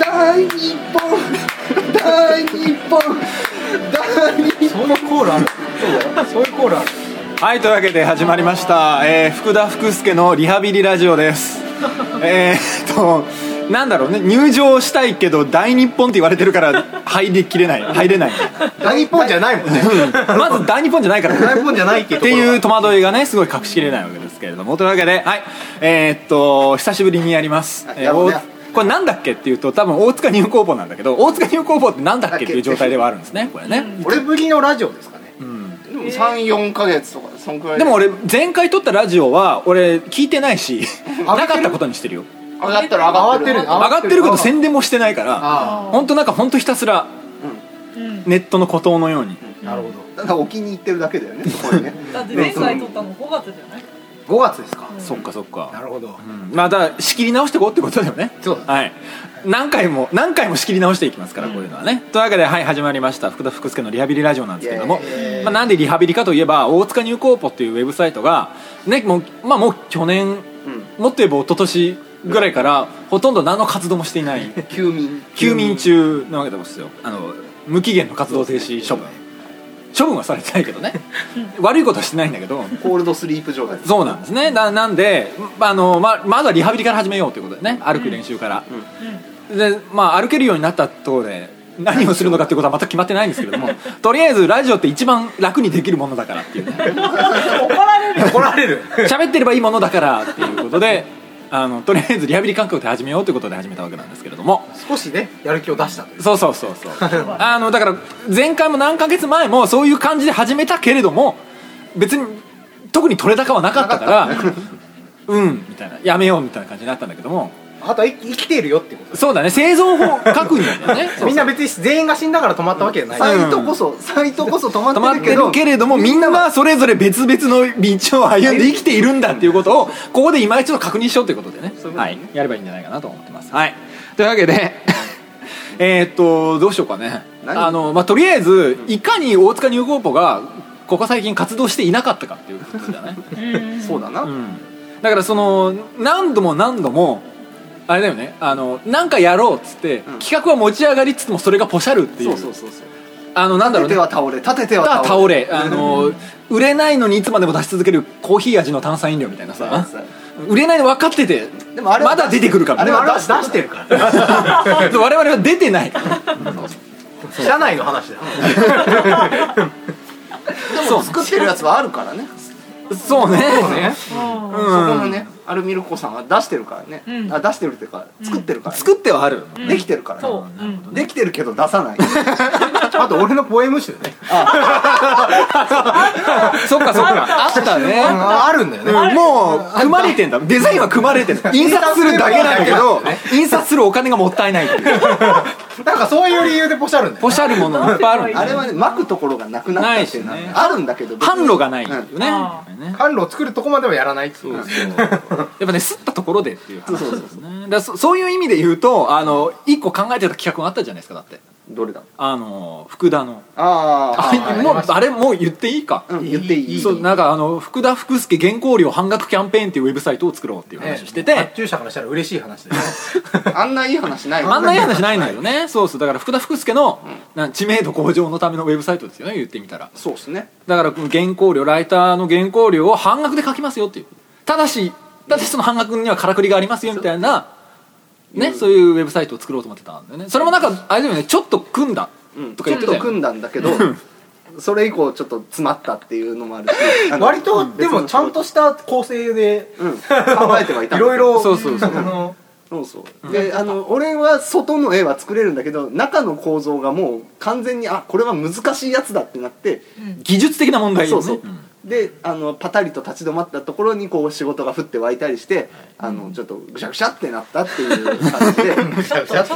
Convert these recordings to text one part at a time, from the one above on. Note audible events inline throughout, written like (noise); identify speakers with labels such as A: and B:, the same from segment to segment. A: 大日本大日本大日
B: そういうコールあるそういうコールある
C: はいというわけで始まりました、えー福田福助のリハビリラジオですえーっとなんだろうね入場したいけど大日本って言われてるから入りきれ
A: (laughs)
C: ない入れない
A: 本大日本じゃないもんね
C: まず大日本じゃないから
A: 大日本じゃないけ
C: っ
A: ど
C: ていう戸惑いがねすごい隠しきれないわけですけれどもというわけではいえーっと久しぶりにやります、
A: あ
C: えー
A: やろうね
C: おこれなんだっけっていうと多分大塚ニュー工房なんだけど大塚ニュー工房ってなんだっけっていう状態ではあるんですねこれね、
A: 俺ぶりのラジオですかね
D: でも34か月とかそんくらい
C: でも俺前回撮ったラジオは俺聞いてないしなかったことにしてるよ
D: 上がったら上がってる
A: 慌てる
C: 上がってること
A: ん
C: 宣伝もしてないから
A: あ
C: 本当なんか本当ひたすら
E: うん
C: ネットの孤島のように
A: あなるほどただお気に入ってるだけだよねそこ
B: (laughs)
A: にね
E: だって前回撮ったの5月じゃない
A: 5月ですか
C: そっかそっか
A: なるほど
C: うんまあだから仕切り直していこうってことだよね
A: そうだ
C: はい何回も何回も仕切り直していきますからこういうのはね、というわけではい始まりました福田福助のリハビリラジオなんですけれども
A: イエー、イ
C: まあ、なんでリハビリかといえば大塚ニューコーポっていうウェブサイトがねもう,、まあ、もう去年、もっと言えば一昨年ぐらいからほとんど何の活動もしていない
A: 休眠
C: 休眠中なわけでもですよあの無期限の活動停止処分処分はされてないけどね悪いことはしてないんだけど
A: コールドスリープ状態です
C: そうなんですねななんでまあのままずはリハビリから始めようということでね歩く練習から、で、まあ、歩けるようになったところで何をするのかっていうことは全く決まってないんですけ (laughs) れどもとりあえずラジオって一番楽にできるものだからっていう (laughs) ね
E: 怒られるよ
B: 怒られる
C: 喋ってればいいものだからっていうことであのとりあえずリハビリ感覚で始めようということで始めたわけなんですけれども
B: 少しねやる気を出したという
C: そうそうそうそうあのだから前回も何ヶ月前もそういう感じで始めたけれども別に特に取れ高はなかったからうんみたいなやめようみたいな感じになったんだけども
B: あとはい生きているよってこと
C: そうだね生存法確認だよ (laughs) ね
B: みんな別に全員が死んだから止まったわけじゃない、
A: サイトこそサイトこそ止ま
C: 止ま
A: っ
C: って
A: るけ
C: て
A: ど
C: るけれどもみんなはそれぞれ別々の道を歩んで生きているんだっていうことをここで今一度確認しようということでねはい、やればいいんじゃないかなと思ってますはいというわけで (laughs) えーっとどうしようかね
A: 何
C: あの、まあ、とりあえずいかに大塚ニューコーポがここ最近活動していなかったかっていうことだね、 (laughs)
A: そうだな、
C: うん、だからその何度も何度もあれだよねあのなんかやろうっつって、
A: ん
C: 企画は持ち上がりつつもそれがポシャるっていう
A: そうそうそうそう
C: あのなんだろ
A: 立
C: うね
A: てては倒れ立てては
C: ただ
A: 倒
C: 倒
A: れ
C: れあの売れないのにいつまでも出し続けるコーヒー味の炭酸飲料みたいなさ売れないの分かってて
A: でもあれは
C: まだ出てくるか
A: あ
C: ら
A: れ
B: で
C: ね
B: もあれは
A: 出
B: 出
A: して
B: して
A: る
B: るから
C: 我々は出てないから
B: 社内の話だよ
A: でも作ってるやつはあるからね
C: そうね
A: ね
E: うん
A: そこのねアルミルコさんは出してるからね、
E: うん
A: あ出してるっていうか作ってるから、
C: 作ってはある
A: できてるから、
E: そううん
A: できてるけど出さない
B: あと俺のポエム集ね
C: そっかそっかあったね
B: ああるんだよね
C: うんもう組まれてんだデザインは組まれてんだ印刷するだけなんだけど印刷するお金がもったいないっていう
B: なんかそういう理由でポシャるんだよ
C: ポシャるものがいっぱいあるん
A: あ
C: だ
A: れはね巻くところがなくなったっていうのはね
C: ないしね
A: あるんだけど別
C: 販
A: に
C: 路がないっていうね
E: あ
C: ね
B: 販路を作るとこまではやらないっていう
C: やっぱねすったところでっていう話ですねだからそそういう意味で言うとあの一個考えてた企画があったじゃないですかだって
A: どれだ
C: あの福田の
A: あ
C: (laughs) あ
A: あ
C: もうあれもう言っていいか、
A: うん、言っていい
C: そうなんかあの福田福助原稿料半額キャンペーンっていうウェブサイトを作ろうっていう
B: ね
C: 話をしてて、
B: 発注者からしたら嬉しい話だよね
A: あんないい話ない
C: あんないい話ないんだよねそうそうだから福田福助の、なん知名度向上のためのウェブサイトですよね言ってみたら
A: そうっすね
C: だからこの原稿料ライターの原稿料を半額で書きますよっていうただしただしその半額にはからくりがありますよみたいなね、そういうウェブサイトを作ろうと思ってたんだよねそれもなんかあれだよねちょっと組んだ
A: うん
C: とか
A: ち
C: 言
A: ょ
C: っ
A: っ
C: てた
A: と
C: よね、
A: 組んだんだけどそれ以降ちょっと詰まったっていうのもあるしあの
B: 割とでもちゃんとした構成で
A: うん考えてはいた
B: いろいろ
C: そうそうそう
B: あの
A: そうそうであの俺は外の絵は作れるんだけど中の構造がもう完全にあこれは難しいやつだってなって
C: 技術的な問題よね
A: そうそう、
C: ん
A: であのパタリと立ち止まったところにこう仕事が降って湧いたりして、あのちょっとぐしゃぐしゃってなったっていう感
C: (laughs)
A: じで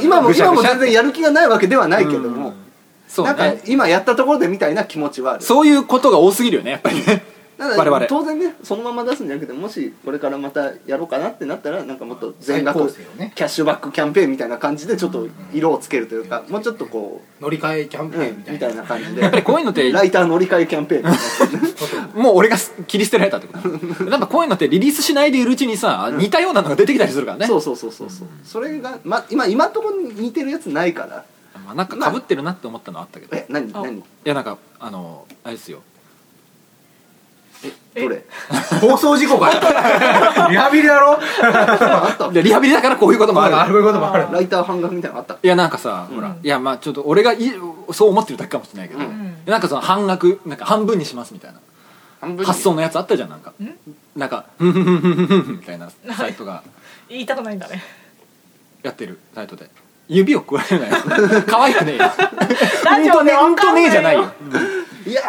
A: 今も
C: ぐしゃ
A: 今
C: ぐ
A: も
C: しゃ
A: 全然やる気がないわけではないけれども、
C: そう
A: なんか
C: ね
A: 今やったところでみたいな気持ちはある
C: そういうことが多すぎるよねやっぱりね
A: ただ
C: 我々
A: 当然ねそのまま出すんじゃなくてもしこれからまたやろうかなってなったらなんかもっと全
B: 再構
A: 額
B: 成をね
A: キャッシュバックキャンペーンみたいな感じでちょっと色をつけるというかもうちょっとこ
B: 乗り換えキャン
A: う、
B: ペ
A: う
B: ーン
A: ん
B: み、た
A: み
B: い
A: た
B: ない
A: な感じで
C: やっぱりこういうのって
A: ライター乗り換えキャンペーンみたいな
C: もう俺が切り捨てられたってことなんかこういうのってリリースしないでいるうちにさ、似たようなのが出てきたりするからね
A: そうそうそうそうそうそれが、ま、今今んとこ似てるやつないから
C: まあ、なんかかぶってるなって思ったのはあったけどい
A: え何
E: あ
A: 何
C: やなんかあのあれですよ
A: どれ
B: 放送事故
C: (laughs)
B: がリハビリだろ
A: あった
C: いやリハビリだからこういうこともある
B: ああこういうこともある
A: ライター半額みたいなのあった
C: いやなんかさ、ほらいやまあちょっと俺がいそう思ってるだけかもしれないけど、
E: ん
C: なんかその半額なんか半分にしますみたいな
D: 半分に
C: 発想のやつあったじゃんなんかなんか「ふんふんふんふんふんふん」みたいなサイトが
E: 言いたくないんだね
C: やってるサイトで指を加えるなよ可愛くねえよ
E: ラジ
C: ほん
E: オ
C: とね
E: で
C: ほ
E: わ
C: ん
E: か
C: と
E: ん
C: ね
E: な
C: え
E: い
C: じゃないよ
E: よ
A: いや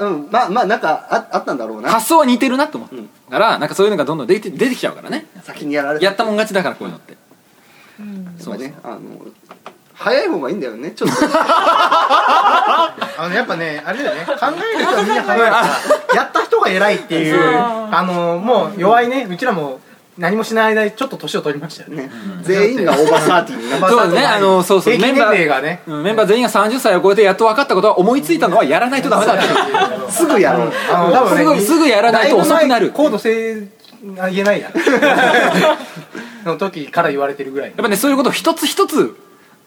A: ーうんまあまあなんかああったんだろうな
C: 発想は似てるなと思った、
A: うん
C: からなんかそういうのがどんどん出て出てきちゃうからね
A: 先にやられた
C: やったもん勝ちだからこういうのって
E: うん
A: やっぱね
C: そう
A: あの早い方がいいんだよねちょっと
B: あのやっぱねあれだ
C: (laughs)
B: よね考える人はみんな考えるからやった人が偉いっていう
E: そう
B: あのもう弱いねうちらも何もしない間にちょっと年を取りましたよね
A: ね全員がオーバーサーティーになっ
C: そうだねあのそうそう
B: 平均
C: メン
B: 年
C: バー
B: 齢がね
C: うんメンバー全員が30歳を超えてやっと分かったことは思いついたのはやらないとダメだっていう
A: てすぐやろう
B: あの多分ね
C: すぐすぐやらないと遅くなる
B: だいぶ前高度性あ言えないや (laughs) の時から言われてるぐらい
C: やっぱねそういうことを一つ一つ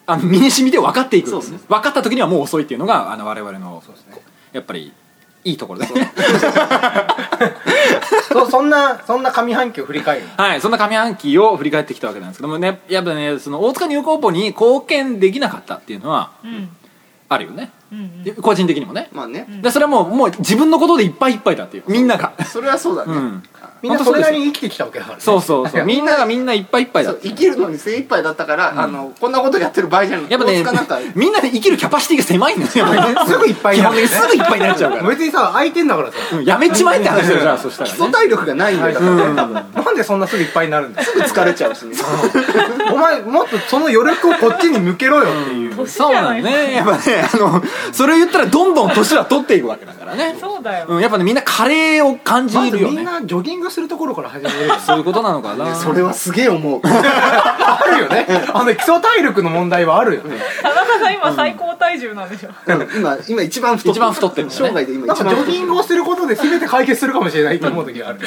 C: あの身に染みて分かっていく
A: そうですね
C: 分かった時にはもう遅いっていうのがあの我々の、
B: そうですね
C: やっぱりいいところですね
B: そそんなそんな上半期を振り返る
C: はいそんな上半期を振り返ってきたわけなんですけどもねやっぱねその大塚ニューコーポに貢献できなかったっていうのは
E: うん
C: あるよね、
E: うん
C: で個人的にもね、
A: まあね
C: でそれはもうもう自分のことでいっぱいいっぱいだっていうみんなが
A: それはそうだ
C: う
A: ね
C: ん
B: みんな
C: 本当
B: そ
C: そう
B: れ
C: です
B: な
C: よ
B: りに生きてきたわけだからね
C: そうそうそうみんながみんないっぱいいっぱいだ
A: そ
C: っ
A: う
C: てい
A: 生
C: う
A: きるのに精一杯だったからあのこんなことやってる場合じゃない
C: やっぱね
A: 大塚なんか
C: みんなで生きるキャパシティが狭 (laughs) いんですよ
B: すぐいっぱい
C: 基
B: になる
C: 本的にすぐいっぱいになっちゃうから
B: 別にさ空いてんだからさ
C: うんやめちまえって話だよじゃあそしたら
A: 基
C: ね
A: 礎体力がないんだよだからね多分
B: なんでそんなすぐいっぱいになるんだよ
A: すぐ疲れちゃうしね
B: (laughs) お前もっとその余力をこっちに向けろよっていう
C: そうなのねやっぱねあのそれを言ったらどんどん年は取っていくわけだからね
E: そうだよ
C: うんやっぱねみんなカレーを感じ
B: まず
C: るよ
B: みん
C: ね
B: なジョギングするところから始めるよ
C: そういうことなのかな
A: (laughs) それはすげえ思う
B: あるよねあの基礎体力の問題はあるよね
E: 田中さん今最高体重なんでしょ
A: うん今今一番太って
C: 一番太ってるんだよね
A: 生涯で今
B: なん
A: 一
B: か
A: 番
B: ジョ
A: 太って
B: ギ
A: る
B: ングをすることで全て解決するかもしれないと思う時がある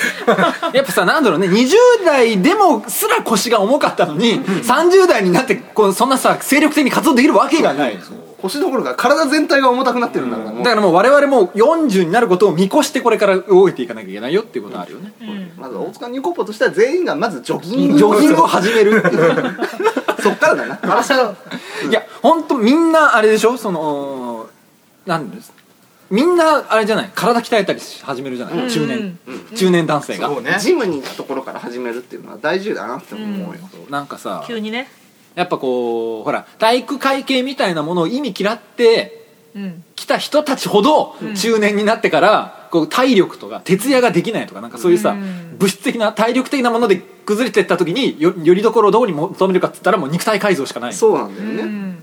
C: やっぱさなんだろうね20代でもすら腰が重かったのに30代になってこうそんなさ精力的に活動できるわけがない
A: 腰どころか体全体が重たくなってるんだからもう
C: だからもう我々も40になることを見越してこれから動いていかなきゃいけないよっていうことあるよね
A: まず大塚ニューコーポとしては全員がまずジョギング
C: ジョギングを始めるっていう
A: (laughs) そっから
C: (laughs)
A: だな
B: 私はい
C: や本当みんなあれでしょそのなんですみんなあれじゃない体鍛えたりし始めるじゃない、中年、中年男性が、
B: そうね
A: ジムに行くところから始めるっていうのは大事だなって思うよ、
C: なんかさ
E: 急にね
C: やっぱこうほら体育会系みたいなものを意味嫌って
E: うん
C: きた人たちほど中年になってから、こう体力とか徹夜ができないとかなんかそういうさ、
E: うん
C: 物質的な体力的なもので崩れてった時によよりどころをどこに求めるかっつったらもう肉体改造しかない
A: そうなんだよね、
E: うん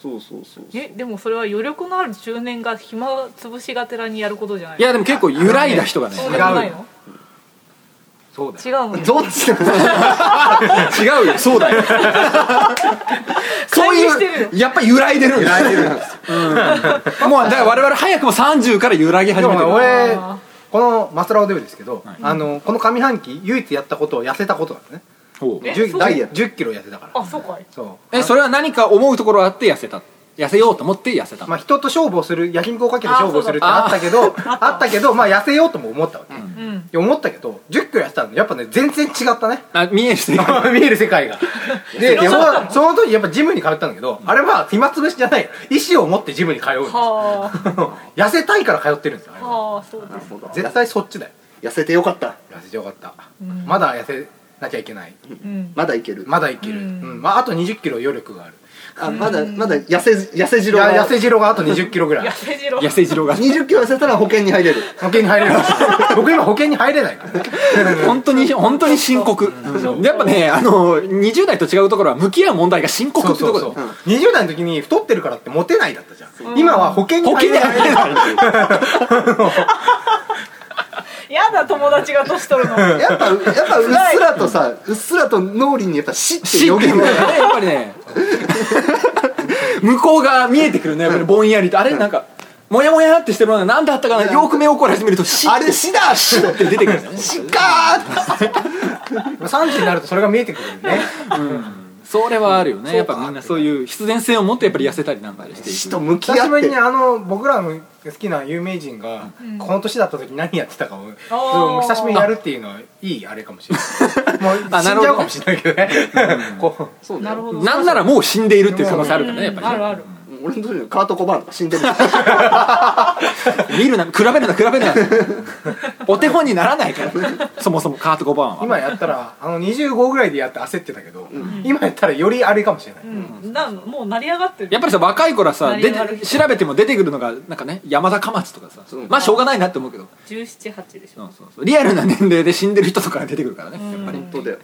A: そうそうそうそう
E: えでもそれは余力のある中年が暇つぶしがてらにやることじゃない
C: いやでも結構揺らいだ人がね
E: そうでもないの
B: そうだよ
E: 違うの
A: どっちでも
C: 違うよそうだよそう
E: 乖離してる
C: いうやっぱ揺らいでるんです
A: 大丈
C: (laughs)
A: 夫
C: もうだから我々早くも30から揺ら
B: で
C: ぎ始
B: も
C: め
B: ね
C: てる
B: 俺
E: あー
B: このマスラオデブですけど、あのこの上半期唯一やったことは痩せたことなんですね
C: ほう
E: え
B: 10
E: そう
B: ダイエット10キロ痩せたから
E: あそうかい
B: そ
C: えそれは何か思うところあって痩せた痩せようと思って痩せた
B: うまあ人と勝負をする焼肉をかけて勝負をするってあったけど
E: あー
B: あったけどまあ痩せようとも思ったわけ、い
E: うん
B: や思ったけど10キロ痩せたのやっぱね全然違ったね
C: あ見えるしてる
B: 見える世界が (laughs) で
E: 痩せ
B: そ
E: ようと思った
B: のその時やっぱジムに通ったんだけど、あれは暇つぶしじゃない意思を持ってジムに通うんです
E: は
B: (laughs) 痩せたいから通ってるんですよあ
E: あ
B: れは
E: はあそうです
A: そうだ
B: 絶対そっちだよ
A: 痩せてよかった
B: 痩せてよかった、
E: ん
B: まだ痩せなきゃいけない
E: うん
A: まだいける
B: まだいける、う
E: うんん
B: まあ、あと2 0キロ余力がある
A: あまだまだ痩せ痩せ
B: い
A: 次郎
B: や
A: が
B: 痩せ次郎があと2 0キロぐら (laughs) い
E: 痩せ次郎
C: 痩せ次郎
A: (laughs)
C: が
A: 20キロ痩せたら保険に入れる
B: 保険に入れる僕今保険に入れないから
C: 本当に本当に深刻うんやっぱねあの20代と違うところは向き合う問題が深刻
B: そう
C: って
B: そ
C: と
B: う
C: こ
B: そう
C: ろ
B: 20代の時に太ってるからってモテないだったじゃん今は保険に
C: 保
B: 入
C: 険
B: れ
C: で
B: ない
E: やだ友達が年取るのあ
A: やっぱやっぱうっすらとさうっすらと脳裏にやっぱ死ってよぎる
C: ねやっぱりね (laughs) 向こうが見えてくるねやっぱりぼんやりとあれなんかモヤモヤってしてるものが何だったかなよく目を凝らしてみると死
A: あれ死だ死
C: って出てくるんだよね
A: 死かーって
B: 3時になるとそれが見えてくるんでね
C: それはあるよねやっぱみんなそういう必然性を持ってやっぱり痩せたりなんかしてい
A: 死
C: く
A: と向き
B: 久し
A: 合
B: ぶ
A: っ
B: り
A: て
B: にあの僕らの好きな有名人がこの年だった時何やってたかをそう久しぶりにやるっていうのはいいあれかもしれない
C: (laughs)
B: もう死んじ
C: あなるほど
B: ゃうかもしれないけどねこう
A: そうだ
E: なるほ
A: よ
E: ど
C: なんならもう死んでいるっていう可能性あるからねやっ
E: ある
C: ぱ
E: ある
A: 俺の時のカート・コバーンとか死んでる
C: りね見るな比べるな比べるなお手本にならないからそもそもカート・コバーンは
B: 今やったらあの25ぐらいでやって焦ってたけど、今やったらよりあれかもしれない、
E: うんなんもう成り上がってる
C: やっぱりさ若い頃はさ
E: 何
C: で
E: が悪い
C: 調べても出てくるのがなんかね山田か松とかさ
A: そう
C: まあしょうがないなって思うけど
E: 178でし
C: そ
E: ょ
C: うそうそうリアルな年齢で死んでる人とかが出てくるからねやっぱり
A: 本当だよ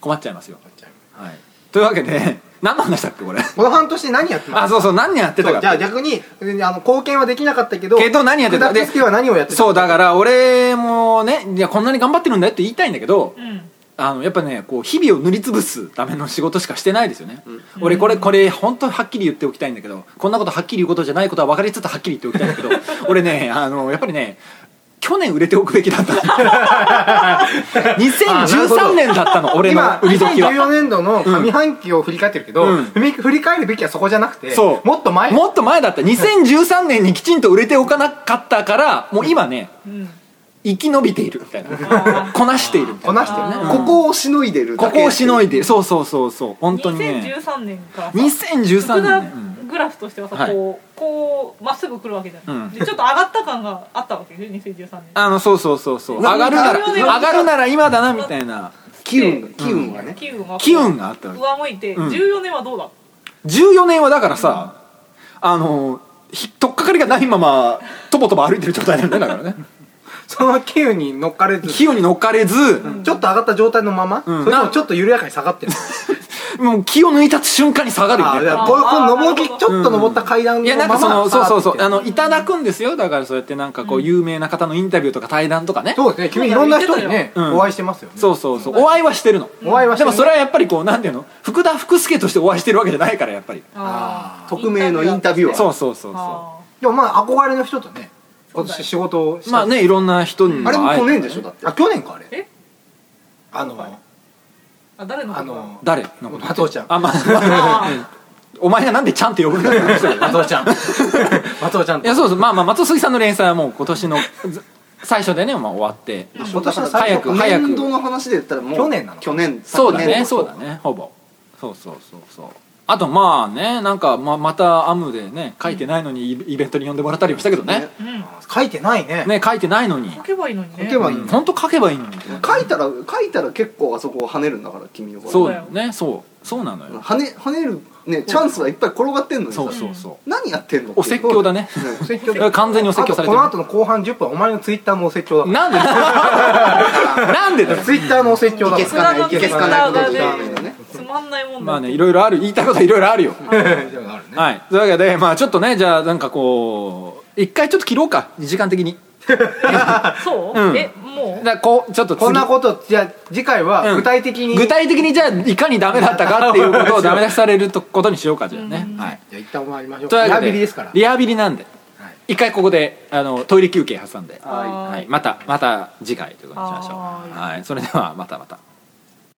C: 困っちゃいますよ、はい、というわけで何の話だっけこれ
B: この半年何やってま
C: あ
B: す
C: そうそう何やってた
B: そう
C: か
B: じゃあ逆にあの貢献はできなかったけど
C: けど何やってた
B: では何をやってた
C: そうだ
B: ら
C: から俺もねいやこんなに頑張ってるんだよって言いたいんだけど
E: うん
C: あのやっぱねこう日々を塗りつぶすための仕事しかしてないですよね、俺これこれ本当はっきり言っておきたいんだけどこんなことはっきり言うことじゃないことは分かりつつはっきり言っておきたいんだけど俺ねあのやっぱりね去年売れておくべきだった2013年だったの俺の
B: 今
C: 売り時は
B: 2014年度の上半期を振り返ってるけど、
C: うん
B: 振り振り返るべきはそこじゃなくて
C: そう
B: もっと前
C: もっと前だった2013年にきちんと売れておかなかったからもう今ね
E: うん
C: 生き延びているみたいな
E: ー
C: こなしているみたい
B: こ
C: な
B: なしてるね
E: あー
A: ここをしのいでるだ
C: こ
A: け
C: こをしのいでそうそうそうそう本当にね
E: 2013年からさ
C: 2013
E: 福田
C: 年、うん
E: グラフとしてはさ、
C: はい
E: こうこうまっすぐ来るわけじゃない、
C: うん
E: でちょっと上がった感があったわけでしょ2013年
C: あのそうそうそうそう
A: うわ
C: 上がるなら
E: うわ
C: 上がるなら今だなみたいな
A: 機運が機運がね
E: 機運が
C: 機運があったわけ
E: 上向いて、
C: うん
E: 14年はどうだ
C: 14年はだからさ、あのひとっかかりがないままとぼとぼ歩いてる状態なんだよだからね
B: その機運に乗っかれずち
C: 機運に乗っかれず、
B: ょっと上がった状態のまま、
C: う
B: それ
C: ん
B: と
C: な
B: もちょっと緩やかに下がってる
C: もう気を抜いた瞬間に下がる
B: あ
C: よ
B: ーだ
C: ね
B: からこういうこの登り
E: あー
B: ちょっと登った階段
C: いや
B: の
C: な
B: ま
C: んか
B: ま
C: その
B: 下
C: そう
B: が
C: そ
B: って
C: うそう
B: る
C: あのいただくんですよだからそうやってなんかこう有名な方のインタビューとか対談とかね、
B: そうですね君いろんな人にね、
C: うん
B: お会いしてますよね
C: そうそうそうお会いはしてるの
B: お会いはして
C: で
B: る
C: も
B: ね
C: それはやっぱりこうなんていうの福田福助としてお会いしてるわけじゃないからやっぱり
E: あー
A: 匿名のインタビュアー
C: そうそうそうそ
E: あ
B: でもまあ憧れの人とね今年仕事をし
C: う
B: た
C: まあねいろんな人に
A: あれも
C: 会え
A: 去年でしょだって
B: あ去年かあれ
E: え
B: あの
E: ーあ誰の
B: あの
C: 誰のこと
B: 松尾ちゃん
C: あま
E: あ
C: あ (laughs) お前がなんでちゃんって呼 (laughs) ぶんだって話だけど
B: 松尾ちゃん (laughs) 松尾ちゃん
C: いやそうそうまあまあ松杉さんの連載はもう今年のず最初でね、まあ、終わって
B: 今年の
C: 早
B: 最
C: く
B: 後
C: 早く
A: 年度の話で言ったらもう
B: 去年なの
A: 去年
C: そうだ
A: 昨年
C: ね
A: 度
C: そうだねほぼそうそうそうそうあとまあねなんかままたアムでね書いてないのにイイベントに呼んでもらったりもしたけどね
E: うん
B: 書いてないね
C: ね書いてないのに
E: 書けばいいのにね
B: 書けばいい
C: 本当書けばいいのに
A: 書いたら書いたら結構あそこ跳ねるんだから君の場合
C: そうだよねそうそうなのよ
A: 跳ね跳ねるねチャンスはいっぱい転がってんのにさ
C: そうそうそ
A: 何やってんの
C: うお説教だね
B: お説
C: うん完全にお説教されてる
B: あとこの後の後半10分お前のツイッターのお説教だか
C: なんでなんでだ
B: ら
C: よ (laughs)
B: ツイッターのお説教だ
A: いけ
B: か
A: す
E: 福
A: か
E: 田
A: ない
E: の
A: いけすかないことがね
E: ねつまんないもんだ
C: まあねいろいろある言いたいことはいろいろあるよ
B: らじゃああるね
C: はいというわけでまあちょっとねじゃあなんかこう一回ちょっと切ろうか時間的に
E: そう、
C: うん
E: えも
C: だか
E: う
C: らこうちょっと次
B: こんなことじゃあ次回は
C: うん
B: 具体的に
C: 具体的にじゃあいかにダメだったかっていう
B: (laughs)
C: ことをダメ出しされるとことにしようかじゃあね、はい
B: じゃあ一旦終わりましょう
C: というわ
B: リ
C: け
B: ハビリですから
C: リハビリなんで、
B: はい
C: 一回ここであのトイレ休憩挟んで、
E: は
C: はいい、またまた次回ということにしましょう
E: はーい
C: はい、それではまたまた。